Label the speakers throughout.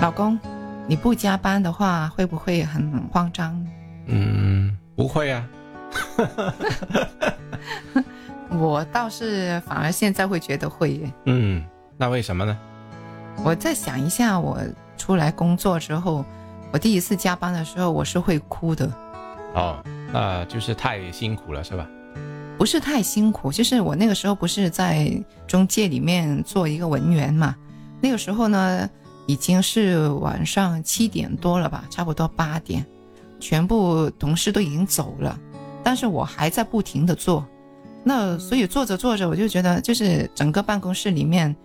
Speaker 1: 老公，你不加班的话，会不会很慌张？
Speaker 2: 嗯，不会啊。
Speaker 1: 我倒是反而现在会觉得会耶。
Speaker 2: 嗯，那为什么呢？
Speaker 1: 我再想一下，我出来工作之后，我第一次加班的时候，我是会哭的。
Speaker 2: 哦，那就是太辛苦了，是吧？
Speaker 1: 不是太辛苦，就是我那个时候不是在中介里面做一个文员嘛，那个时候呢已经是晚上七点多了吧，差不多八点，全部同事都已经走了，但是我还在不停的做，那所以做着做着我就觉得，就是整个办公室里面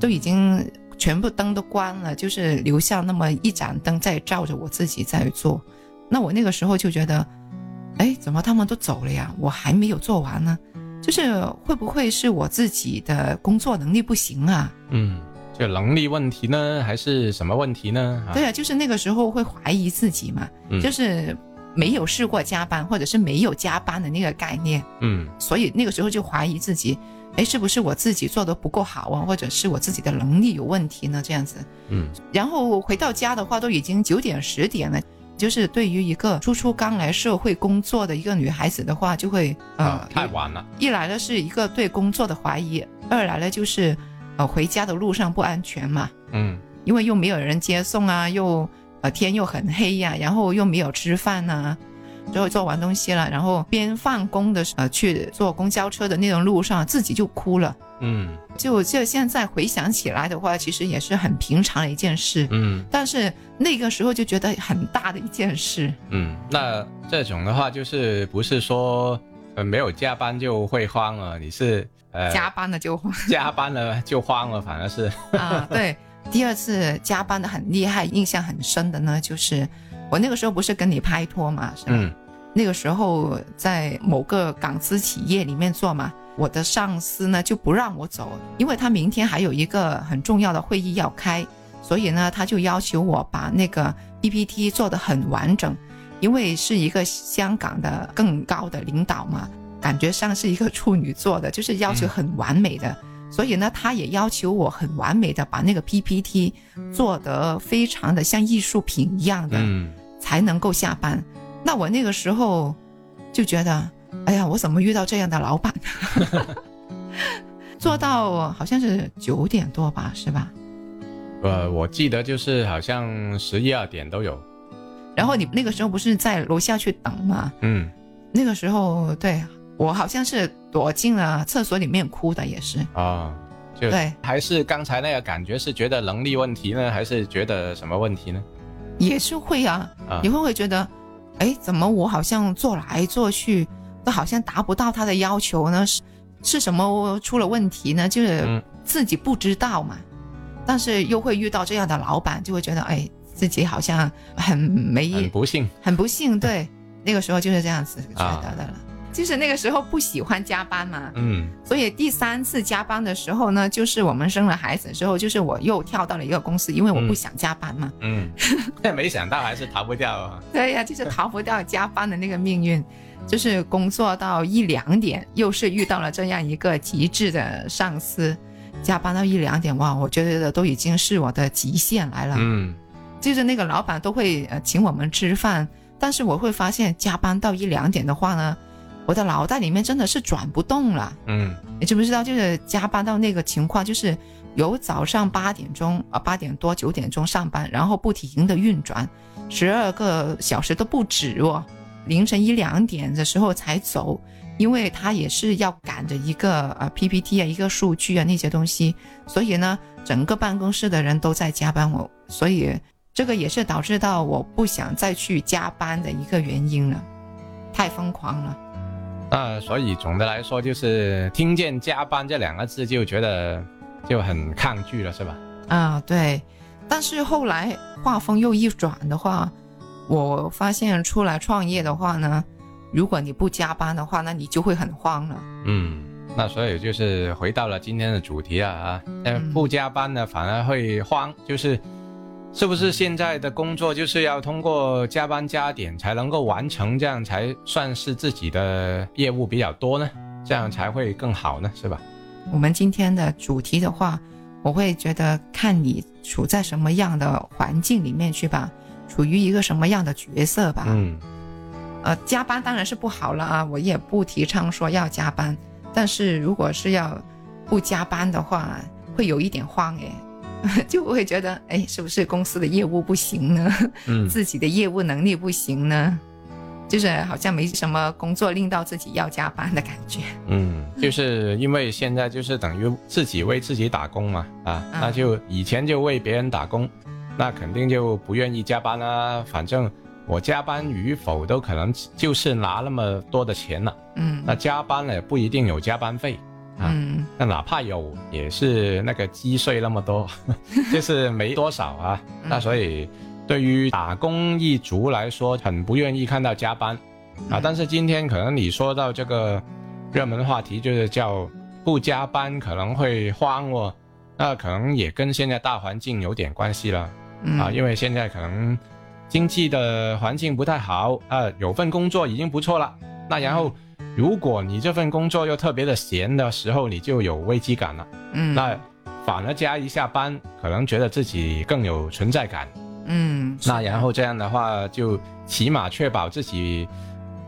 Speaker 1: 都已经全部灯都关了，就是留下那么一盏灯在照着我自己在做，那我那个时候就觉得。哎，怎么他们都走了呀？我还没有做完呢，就是会不会是我自己的工作能力不行啊？
Speaker 2: 嗯，这能力问题呢，还是什么问题呢？啊
Speaker 1: 对啊，就是那个时候会怀疑自己嘛，
Speaker 2: 嗯
Speaker 1: 就是没有试过加班，或者是没有加班的那个概念，
Speaker 2: 嗯
Speaker 1: 所以那个时候就怀疑自己，哎，是不是我自己做的不够好啊，或者是我自己的能力有问题呢？这样子，
Speaker 2: 嗯
Speaker 1: 然后回到家的话，都已经九点十点了。就是对于一个初初刚来社会工作的一个女孩子的话，就会呃
Speaker 2: 啊，太晚了。
Speaker 1: 一来呢是一个对工作的怀疑，二来呢就是，呃，回家的路上不安全嘛，
Speaker 2: 嗯
Speaker 1: 因为又没有人接送啊，又呃天又很黑呀、然后又没有吃饭呐、之后做完东西了，然后边放工的时呃去坐公交车的那种路上，自己就哭了。
Speaker 2: 嗯
Speaker 1: 就就现在回想起来的话，其实也是很平常的一件事，
Speaker 2: 嗯
Speaker 1: 但是那个时候就觉得很大的一件事。
Speaker 2: 嗯，那这种的话，就是不是说呃没有加班就会慌了，你是呃
Speaker 1: 加班了就
Speaker 2: 加班了就慌了，反而是
Speaker 1: 啊，对，第二次加班的很厉害，印象很深的呢，就是我那个时候不是跟你拍拖嘛，是吧？
Speaker 2: 嗯
Speaker 1: 那个时候在某个港资企业里面做嘛，我的上司呢就不让我走，因为他明天还有一个很重要的会议要开，所以呢他就要求我把那个 PPT 做得很完整，因为是一个香港的更高的领导嘛，感觉上是一个处女座的，就是要求很完美的。所以呢，他也要求我很完美的把那个 PPT 做得非常的像艺术品一样的，
Speaker 2: 嗯
Speaker 1: 才能够下班。那我那个时候就觉得，哎呀，我怎么遇到这样的老板？ 做到好像是九点多吧，是吧？
Speaker 2: 呃，我记得就是好像十一二点都有。
Speaker 1: 然后你那个时候不是在楼下去等吗？
Speaker 2: 嗯
Speaker 1: 那个时候对我好像是躲进了厕所里面哭的，也是。
Speaker 2: 啊、就
Speaker 1: 对
Speaker 2: 还是刚才那个感觉是觉得能力问题呢，还是觉得什么问题呢？
Speaker 1: 也是会啊，
Speaker 2: 啊
Speaker 1: 你会不会觉得，哎，怎么我好像做来做去都好像达不到他的要求呢？是是什么出了问题呢？就是
Speaker 2: 嗯
Speaker 1: 自己不知道嘛，但是又会遇到这样的老板，就会觉得，哎，自己好像很没
Speaker 2: 很不幸。
Speaker 1: 很不 幸，对，那个时候就是这样子觉
Speaker 2: 啊
Speaker 1: 得的了。就是那个时候不喜欢加班嘛，
Speaker 2: 嗯
Speaker 1: 所以第三次加班的时候呢，就是我们生了孩子之后，就是我又跳到了一个公司，因为我不
Speaker 2: 嗯
Speaker 1: 想加班嘛。
Speaker 2: 嗯，没想到还是逃不掉啊。
Speaker 1: 对呀、就是逃不掉加班的那个命运，就是工作到一两点，又是遇到了这样一个极致的上司，加班到一两点，哇，我觉得都已经是我的极限来了。
Speaker 2: 嗯
Speaker 1: 就是那个老板都会呃请我们吃饭，但是我会发现加班到一两点的话呢，我的脑袋里面真的是转不动了。
Speaker 2: 嗯
Speaker 1: 你知不知道？就是加班到那个情况，就是由早上八点钟啊八点多九点钟上班，然后不停的运转，十二个小时都不止哦。凌晨一两点的时候才走，因为他也是要赶着一个呃 PPT 啊，一个数据啊那些东西，所以呢，整个办公室的人都在加班，我所以这个也是导致到我不想再去加班的一个原因了，太疯狂了。
Speaker 2: 那所以总的来说，就是听见加班这两个字，就觉得就很抗拒了，是吧？
Speaker 1: 啊，对。但是后来画风又一转的话，我发现出来创业的话呢，如果你不加班的话，那你就会很慌了。
Speaker 2: 嗯，那所以就是回到了今天的主题了啊。那不加班呢，反而会慌，就是是不是现在的工作就是要通过加班加点才能够完成，这样才算是自己的业务比较多呢？这样才会更好呢，是吧？
Speaker 1: 我们今天的主题的话，我会觉得看你处在什么样的环境里面去吧，处于一个什么样的角色吧。
Speaker 2: 嗯
Speaker 1: 呃，加班当然是不好了啊，我也不提倡说要加班，但是如果是要不加班的话，会有一点慌哎， 就会觉得哎，是不是公司的业务不行呢？
Speaker 2: 嗯
Speaker 1: 自己的业务能力不行呢？就是好像没什么工作令到自己要加班的感觉。
Speaker 2: 嗯，就是因为现在就是等于自己为自己打工嘛啊，
Speaker 1: 嗯
Speaker 2: 那就以前就为别人打工，那肯定就不愿意加班啦、反正我加班与否都可能就是拿那么多的钱了、
Speaker 1: 嗯
Speaker 2: 那加班了也不一定有加班费，啊
Speaker 1: 嗯
Speaker 2: 那哪怕有也是那个鸡碎那么多， 就是没多少啊。那所以对于打工一族来说，很不愿意看到加班啊
Speaker 1: 嗯。
Speaker 2: 但是今天可能你说到这个热门话题，就是叫不加班可能会慌哦，那可能也跟现在大环境有点关系了。
Speaker 1: 嗯
Speaker 2: 啊，因为现在可能经济的环境不太好，啊，有份工作已经不错了。那然后，如果你这份工作又特别的闲的时候，你就有危机感了。
Speaker 1: 嗯
Speaker 2: 那反而加一下班，可能觉得自己更有存在感。
Speaker 1: 嗯
Speaker 2: 那然后这样的话，就起码确保自己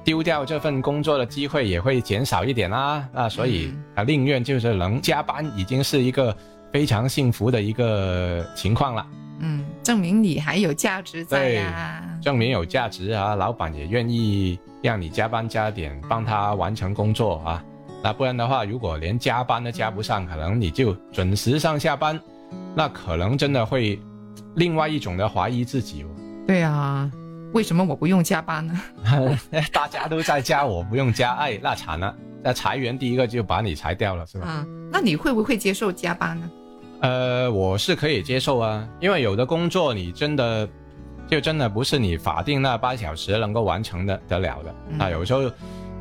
Speaker 2: 丢掉这份工作的机会也会减少一点啦。那所以
Speaker 1: 嗯
Speaker 2: 啊，宁愿就是能加班，已经是一个非常幸福的一个情况了。
Speaker 1: 嗯，证明你还有价值在
Speaker 2: 对
Speaker 1: 呀、
Speaker 2: 证明有价值啊，老板也愿意让你加班加点，帮他完成工作啊。那不然的话，如果连加班都加不上，可能你就准时上下班，那可能真的会另外一种的怀疑自己哦。
Speaker 1: 对啊，为什么我不用加班呢？
Speaker 2: 大家都在加，我不用加，哎，那惨了，那裁员第一个就把你裁掉了，是吧？
Speaker 1: 嗯，那你会不会接受加班呢？
Speaker 2: 呃，我是可以接受啊，因为有的工作你真的就真的不是你法定那八小时能够完成的得了的
Speaker 1: 嗯
Speaker 2: 啊。有时候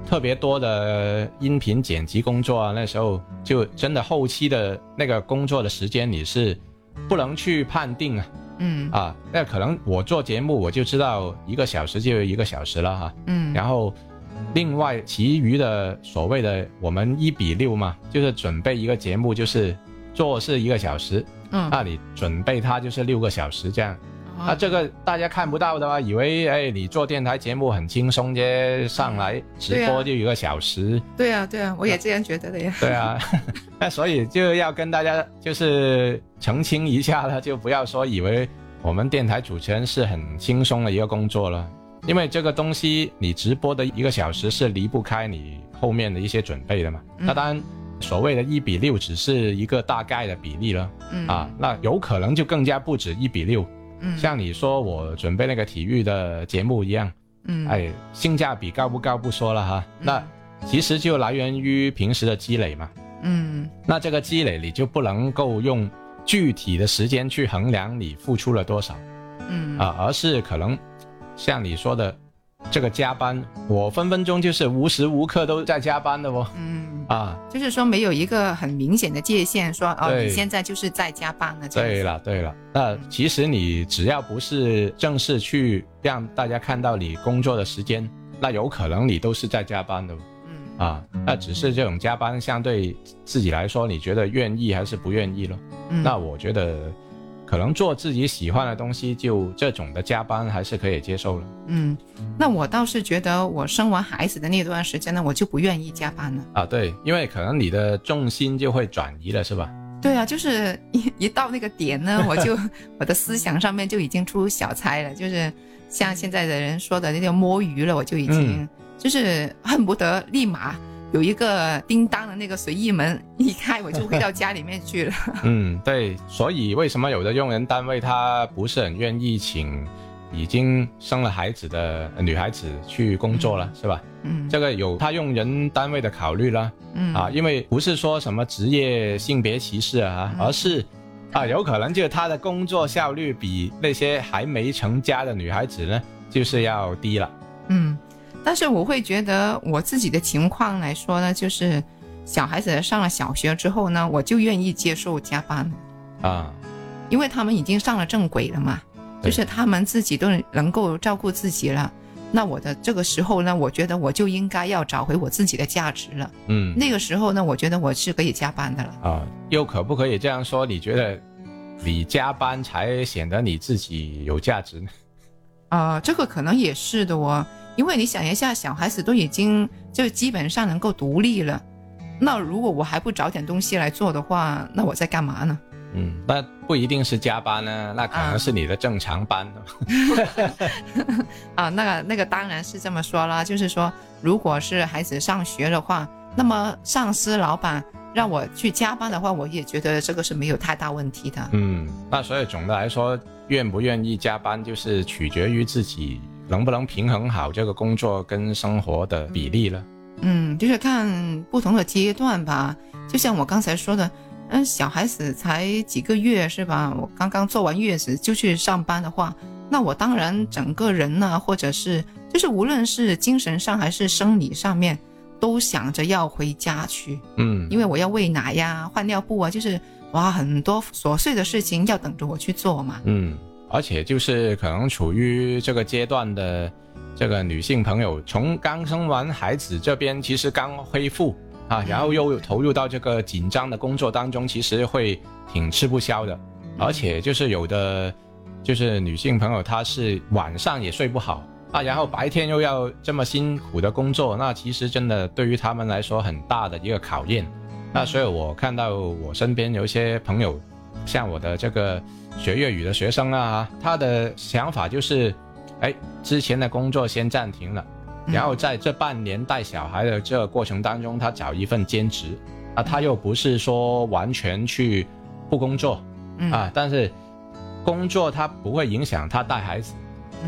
Speaker 2: 特别多的音频剪辑工作啊，那时候就真的后期的那个工作的时间你是不能去判定啊
Speaker 1: 嗯
Speaker 2: 啊。那可能我做节目我就知道一个小时就一个小时了哈、
Speaker 1: 嗯，
Speaker 2: 然后另外其余的所谓的我们一比六嘛，就是准备一个节目就是做是一个小时，
Speaker 1: 嗯
Speaker 2: 那你准备它就是六个小时这样。那
Speaker 1: 啊
Speaker 2: 这个大家看不到的话，以为哎你做电台节目很轻松啫，上
Speaker 1: 嗯
Speaker 2: 来直
Speaker 1: 啊
Speaker 2: 播就一个小时，
Speaker 1: 对啊对啊，我也这样觉得的呀。
Speaker 2: 对啊。 那所以就要跟大家就是澄清一下了，就不要说以为我们电台主持人是很轻松的一个工作了，因为这个东西你直播的一个小时是离不开你后面的一些准备的嘛。
Speaker 1: 嗯
Speaker 2: 那当然，所谓的一比六只是一个大概的比例了。
Speaker 1: 嗯
Speaker 2: 啊，那有可能就更加不止一比六。
Speaker 1: 嗯
Speaker 2: 像你说我准备那个体育的节目一样，
Speaker 1: 嗯
Speaker 2: 哎，性价比高不高不说了哈，那其实就来源于平时的积累嘛。
Speaker 1: 嗯
Speaker 2: 那这个积累你就不能够用具体的时间去衡量你付出了多少
Speaker 1: 嗯
Speaker 2: 啊，而是可能像你说的这个加班，我分分钟就是无时无刻都在加班的哦。
Speaker 1: 嗯，
Speaker 2: 啊，
Speaker 1: 就是说没有一个很明显的界限，说哦
Speaker 2: 对
Speaker 1: 你现在就是在加班了。这样子
Speaker 2: 对，了对了，那其实你只要不是正式去让大家看到你工作的时间，那有可能你都是在加班的
Speaker 1: 嗯
Speaker 2: 啊。那只是这种加班相对自己来说，你觉得愿意还是不愿意咯？
Speaker 1: 嗯，
Speaker 2: 那我觉得，可能做自己喜欢的东西，就这种的加班还是可以接受了。
Speaker 1: 嗯，那我倒是觉得我生完孩子的那段时间呢，我就不愿意加班了。
Speaker 2: 啊，对，因为可能你的重心就会转移了，是吧？
Speaker 1: 对啊，就是一 一到那个点呢，我 就我的思想上面就已经出小差了，就是像现在的人说的那叫摸鱼了，我就已经、
Speaker 2: 嗯
Speaker 1: 就是恨不得立马有一个叮当的那个随意门一开，我就回到家里面去了。
Speaker 2: 嗯，对，所以为什么有的用人单位他不是很愿意请已经生了孩子的呃女孩子去工作了，是吧？
Speaker 1: 嗯
Speaker 2: 这个有他用人单位的考虑啦，
Speaker 1: 嗯
Speaker 2: 啊，因为不是说什么职业性别歧视啊，而是啊，有可能就是他的工作效率比那些还没成家的女孩子呢，就是要低了。
Speaker 1: 嗯，但是我会觉得我自己的情况来说呢，就是小孩子上了小学之后呢，我就愿意接受加班，
Speaker 2: 啊，
Speaker 1: 因为他们已经上了正轨了嘛，就
Speaker 2: 对
Speaker 1: 是他们自己都能够照顾自己了。那我的这个时候呢，我觉得我就应该要找回我自己的价值了。
Speaker 2: 嗯，
Speaker 1: 那个时候呢，我觉得我是可以加班的了。
Speaker 2: 啊，又可不可以这样说？你觉得你加班才显得你自己有价值呢？
Speaker 1: 呃，这个可能也是的哦，因为你想一下，小孩子都已经就基本上能够独立了，那如果我还不找点东西来做的话，那我在干嘛呢？
Speaker 2: 嗯，那不一定是加班呢，那可能是你的正常班。
Speaker 1: 啊，那个那个当然是这么说啦，就是说，如果是孩子上学的话，那么上司、老板让我去加班的话，我也觉得这个是没有太大问题的。
Speaker 2: 嗯，那所以总的来说，愿不愿意加班，就是取决于自己能不能平衡好这个工作跟生活的比例了。
Speaker 1: 嗯，就是看不同的阶段吧。就像我刚才说的，嗯，小孩子才几个月是吧？我刚刚坐完月子就去上班的话，那我当然整个人呢、或者是就是无论是精神上还是生理上面，都想着要回家去，
Speaker 2: 嗯，
Speaker 1: 因为我要喂奶呀、换尿布啊，就是哇，很多琐碎的事情要等着我去做嘛。
Speaker 2: 嗯，而且就是可能处于这个阶段的这个女性朋友，从刚生完孩子这边其实刚恢复啊，
Speaker 1: 嗯
Speaker 2: 然后又投入到这个紧张的工作当中，其实会挺吃不消的。
Speaker 1: 嗯
Speaker 2: 而且就是有的就是女性朋友，她是晚上也睡不好啊，然后白天又要这么辛苦的工作，那其实真的对于她们来说很大的一个考验。那所以我看到我身边有一些朋友，像我的这个学粤语的学生啊，他的想法就是，哎，之前的工作先暂停了，
Speaker 1: 嗯
Speaker 2: 然后在这半年带小孩的这个过程当中，他找一份兼职啊，他又不是说完全去不工作
Speaker 1: 嗯
Speaker 2: 啊，但是工作他不会影响他带孩子，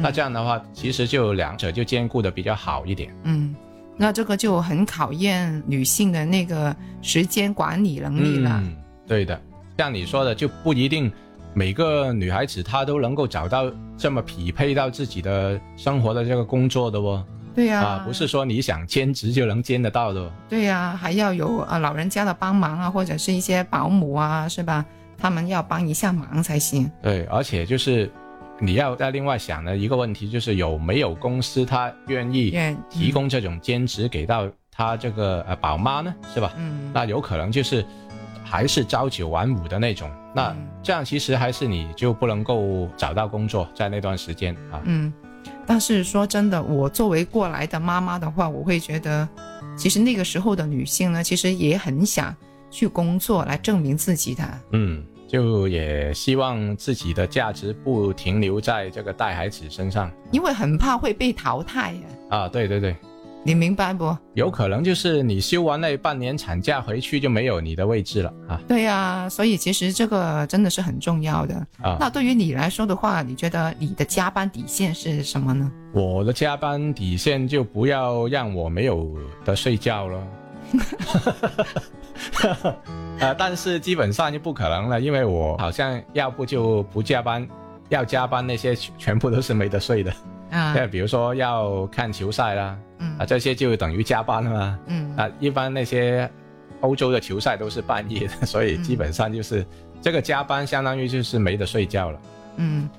Speaker 2: 那这样的话，其实就两者就兼顾的比较好一点。
Speaker 1: 嗯，那这个就很考验女性的那个时间管理能力了。
Speaker 2: 嗯。对的，像你说的，就不一定每个女孩子她都能够找到这么匹配到自己的生活的这个工作的哦。
Speaker 1: 对呀、
Speaker 2: 啊，不是说你想兼职就能兼得到的哦。
Speaker 1: 对呀、还要有啊老人家的帮忙啊，或者是一些保姆啊，是吧？他们要帮一下忙才行。
Speaker 2: 对，而且就是你要再另外想的一个问题，就是有没有公司他愿意
Speaker 1: 愿
Speaker 2: 提供这种兼职给到他这个呃宝妈呢，是吧？
Speaker 1: 嗯，
Speaker 2: 那有可能就是还是朝九晚五的那种，那
Speaker 1: 嗯
Speaker 2: 这样其实还是你就不能够找到工作在那段时间啊。
Speaker 1: 嗯，但是说真的，我作为过来的妈妈的话，我会觉得，其实那个时候的女性呢，其实也很想去工作来证明自己的。
Speaker 2: 嗯，就也希望自己的价值不停留在这个带孩子身上
Speaker 1: 因为很怕会被淘汰呀，
Speaker 2: 啊。对对对，
Speaker 1: 你明白不？
Speaker 2: 有可能就是你休完那半年产假回去就没有你的位置了啊
Speaker 1: 对呀、所以其实这个真的是很重要的。
Speaker 2: 啊！
Speaker 1: 那对于你来说的话，你觉得你的加班底线是什么呢？
Speaker 2: 我的加班底线就不要让我没有的睡觉了。呃，但是基本上就不可能了，因为我好像要不就不加班，要加班那些全全部都是没得睡的。
Speaker 1: 啊
Speaker 2: 那、比如说要看球赛啦，
Speaker 1: 嗯
Speaker 2: 啊，这些就等于加班了嘛。
Speaker 1: 嗯
Speaker 2: 啊，一般那些欧洲的球赛都是半夜的，所以基本上就是、这个加班，相当于就是没得睡觉了。
Speaker 1: 嗯，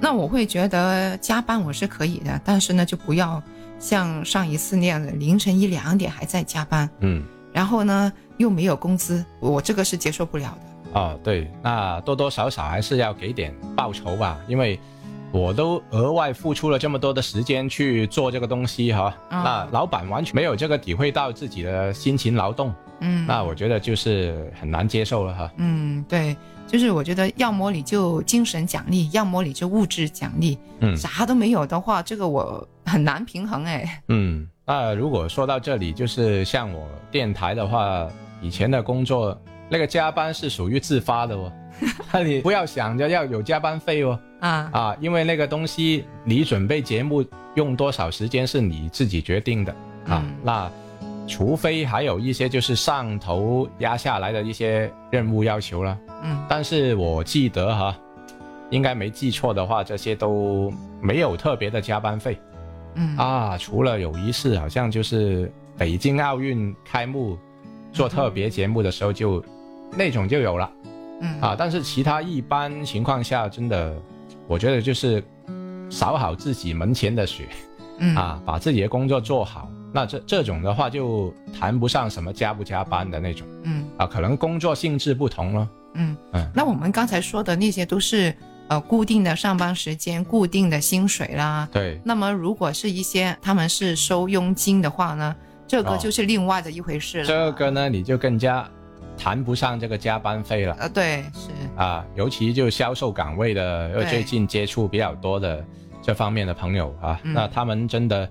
Speaker 1: 那我会觉得加班我是可以的，但是呢，就不要像上一次那样的凌晨一两点还在加班，
Speaker 2: 嗯，
Speaker 1: 然后呢又没有工资，我这个是接受不了的。
Speaker 2: 哦，对，那多多少少还是要给点报酬吧，因为我都额外付出了这么多的时间去做这个东西哈，
Speaker 1: 嗯
Speaker 2: 那老板完全没有这个体会到自己的辛勤劳动，
Speaker 1: 嗯，
Speaker 2: 那我觉得就是很难接受了哈。
Speaker 1: 嗯对，就是我觉得要么你就精神奖励，要么你就物质奖励，
Speaker 2: 嗯
Speaker 1: 啥都没有的话，这个我很难平衡哎。
Speaker 2: 嗯，那如果说到这里，就 是像我电台的话，以前的工作那个加班是属于自发的哦，那你不要想着要有加班费哦
Speaker 1: 啊，
Speaker 2: 啊，因为那个东西你准备节目用多少时间是你自己决定的啊。
Speaker 1: 嗯
Speaker 2: 那除非还有一些就是上头压下来的一些任务要求了，
Speaker 1: 嗯
Speaker 2: 但是我记得哈，应该没记错的话，这些都没有特别的加班费。
Speaker 1: 嗯
Speaker 2: 啊，除了有一次好像就是北京奥运开幕做特别节目的时候就那种就有了
Speaker 1: 嗯
Speaker 2: 啊，但是其他一般情况下真的，我觉得就是扫好自己门前的雪
Speaker 1: 嗯
Speaker 2: 啊，把自己的工作做好。那这这种的话就谈不上什么加不加班的那种
Speaker 1: 嗯
Speaker 2: 啊，可能工作性质不同咯。
Speaker 1: 嗯
Speaker 2: 嗯，
Speaker 1: 那我们刚才说的那些都是呃固定的上班时间、固定的薪水啦。
Speaker 2: 对，
Speaker 1: 那么如果是一些他们是收佣金的话呢，这个
Speaker 2: 哦
Speaker 1: 就是另外的一回事了。
Speaker 2: 这个呢你就更加谈不上这个加班费了。
Speaker 1: 呃，对，是
Speaker 2: 啊，尤其就销售岗位的，因为
Speaker 1: 对
Speaker 2: 最近接触比较多的这方面的朋友啊，
Speaker 1: 嗯
Speaker 2: 那他们真的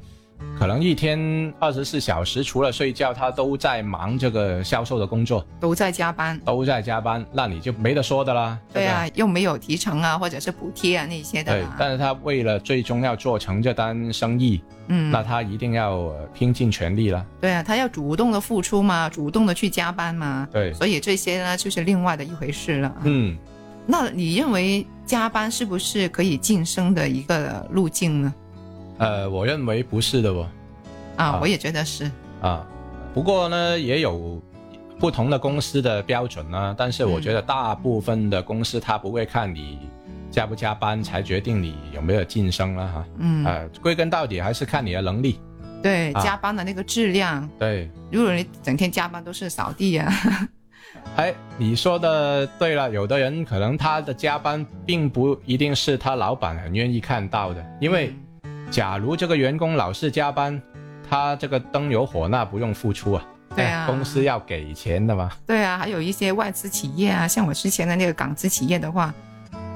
Speaker 2: 可能一天二十四小时，除了睡觉，他都在忙这个销售的工作，
Speaker 1: 都在加班。
Speaker 2: 都在加班，那你就没得说的啦，
Speaker 1: 对
Speaker 2: 不
Speaker 1: 啊，又没有提成啊，或者是补贴啊那些的
Speaker 2: 对
Speaker 1: 啦。，
Speaker 2: 但是他为了最终要做成这单生意，
Speaker 1: 嗯，
Speaker 2: 那他一定要呃拼尽全力了。
Speaker 1: 对啊，他要主动的付出嘛，主动的去加班嘛。
Speaker 2: 对，
Speaker 1: 所以这些呢，就是另外的一回事了。啊
Speaker 2: 嗯，
Speaker 1: 那你认为加班是不是可以晋升的一个路径呢？
Speaker 2: 呃，我认为不是的哦，
Speaker 1: 啊，
Speaker 2: 啊
Speaker 1: 我也觉得是。
Speaker 2: 啊，不过呢，也有不同的公司的标准呢、但是我觉得大部分的公司它不会看你加不加班才决定你有没有晋升了、哈。
Speaker 1: 嗯，
Speaker 2: 呃，归根到底还是看你的能力。
Speaker 1: 对，
Speaker 2: 啊
Speaker 1: 加班的那个质量，
Speaker 2: 对，
Speaker 1: 如果你整天加班都是扫地啊，
Speaker 2: 哎，你说的对了，有的人可能他的加班并不一定是他老板很愿意看到的， 因
Speaker 1: 嗯
Speaker 2: 为假如这个员工老是加班，他这个灯油火蜡不用付出啊。
Speaker 1: 对
Speaker 2: 哎
Speaker 1: 啊
Speaker 2: 公司要给钱的嘛。
Speaker 1: 对啊，还有一些外资企业啊，像我之前的那个港资企业的话，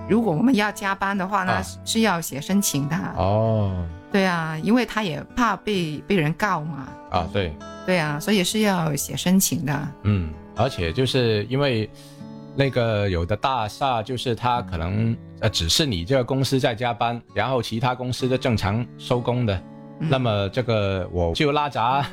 Speaker 1: 如果我们要加班的话呢，
Speaker 2: 啊
Speaker 1: 是要写申请的。啊
Speaker 2: 哦，
Speaker 1: 对啊，因为他也怕被被人告嘛。
Speaker 2: 啊，对，
Speaker 1: 对啊，所以是要写申请的。
Speaker 2: 嗯，而且就是因为那个有的大厦，就是它可能呃只是你这个公司在加班，然后其他公司都正常收工的，
Speaker 1: 嗯
Speaker 2: 那么这个我就拉闸，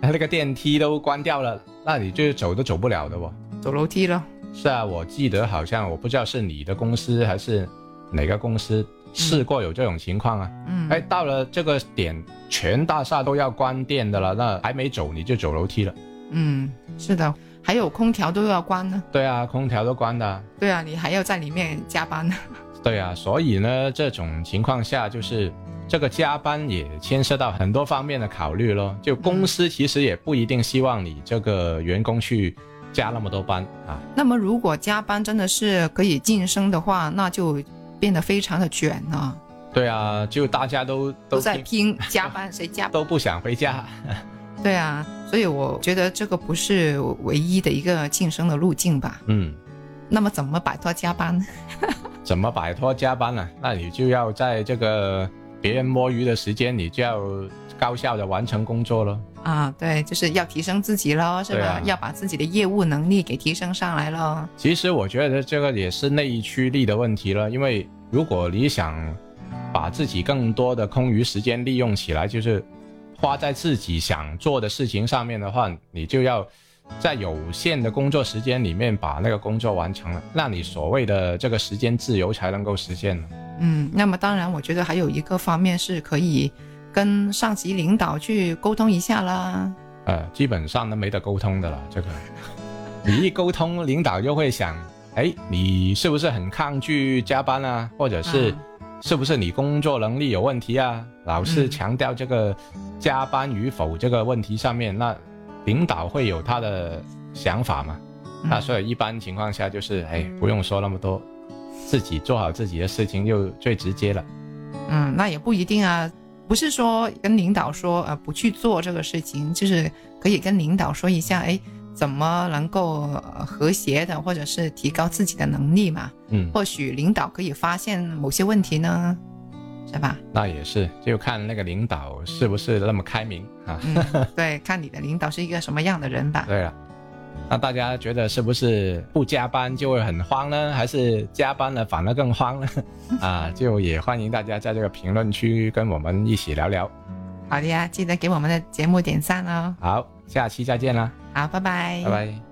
Speaker 2: 那个电梯都关掉了，那你就走都走不了的哦。
Speaker 1: 走楼梯咯。
Speaker 2: 是啊，我记得好像我不知道是你的公司还是哪个公司试过有这种情况啊。
Speaker 1: 嗯，
Speaker 2: 哎，到了这个点，全大厦都要关电的了，那还没走你就走楼梯了。
Speaker 1: 嗯，是的，还有空调都要关呢。
Speaker 2: 对啊，空调都关了。
Speaker 1: 对啊，你还要在里面加班呢。
Speaker 2: 对啊，所以呢，这种情况下就是这个加班也牵涉到很多方面的考虑咯。就公司其实也不一定希望你这个员工去加那么多班啊。
Speaker 1: 那么如果加班真的是可以晋升的话，那就变得非常的卷啊，
Speaker 2: 对啊，就大家都
Speaker 1: 都
Speaker 2: 都
Speaker 1: 在拼 加班，谁加班
Speaker 2: 都不想回家。
Speaker 1: 对啊，所以我觉得这个不是唯一的一个晋升的路径吧。
Speaker 2: 嗯，
Speaker 1: 那么怎么摆脱加班呢？
Speaker 2: 怎么摆脱加班呢、那你就要在这个别人摸鱼的时间，你就要高效的完成工作咯。
Speaker 1: 啊，对，就是要提升自己咯，是吧？
Speaker 2: 对啊
Speaker 1: 要把自己的业务能力给提升上来咯。
Speaker 2: 其实我觉得这个也是内驱力的问题了，因为如果你想把自己更多的空余时间利用起来，就是花在自己想做的事情上面的话，你就要在有限的工作时间里面把那个工作完成了，那你所谓的这个时间自由才能够实现了。
Speaker 1: 嗯，那么当然，我觉得还有一个方面是可以跟上级领导去沟通一下啦。
Speaker 2: 呃，基本上都没得沟通的了，这个 你一沟通，领导就会想，哎，你是不是很抗拒加班啊？或者是、
Speaker 1: 嗯
Speaker 2: 是不是你工作能力有问题啊？老是
Speaker 1: 嗯
Speaker 2: 强调这个加班与否这个问题上面，那领导会有他的想法嘛？
Speaker 1: 嗯
Speaker 2: 那所以一般情况下就是，哎，不用说那么多，自己做好自己的事情就最直接了。
Speaker 1: 嗯，那也不一定啊，不是说跟领导说呃不去做这个事情，就是可以跟领导说一下，哎，怎么能够呃和谐的，或者是提高自己的能力嘛？
Speaker 2: 嗯，
Speaker 1: 或许领导可以发现某些问题呢，是吧？
Speaker 2: 那也是，就看那个领导是不是那么开明啊。
Speaker 1: 嗯，对，看你的领导是一个什么样的人吧。
Speaker 2: 对了，那大家觉得是不是不加班就会很慌呢？还是加班了反而更慌呢？啊，就也欢迎大家在这个评论区跟我们一起聊聊。
Speaker 1: 好的呀，记得给我们的节目点赞哦。
Speaker 2: 好，下期再见啦，
Speaker 1: 好，拜拜，
Speaker 2: 拜拜。